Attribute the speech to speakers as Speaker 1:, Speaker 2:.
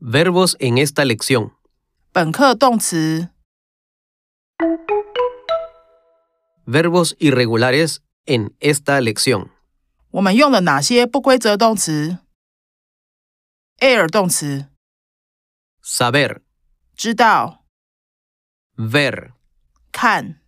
Speaker 1: Verbos en esta lección.
Speaker 2: 本课动词
Speaker 1: Verbos irregulares en esta lección.
Speaker 2: 我们用了哪些不规则动词？air 动词
Speaker 1: Saber,
Speaker 2: 知道、
Speaker 1: ver,
Speaker 2: 看、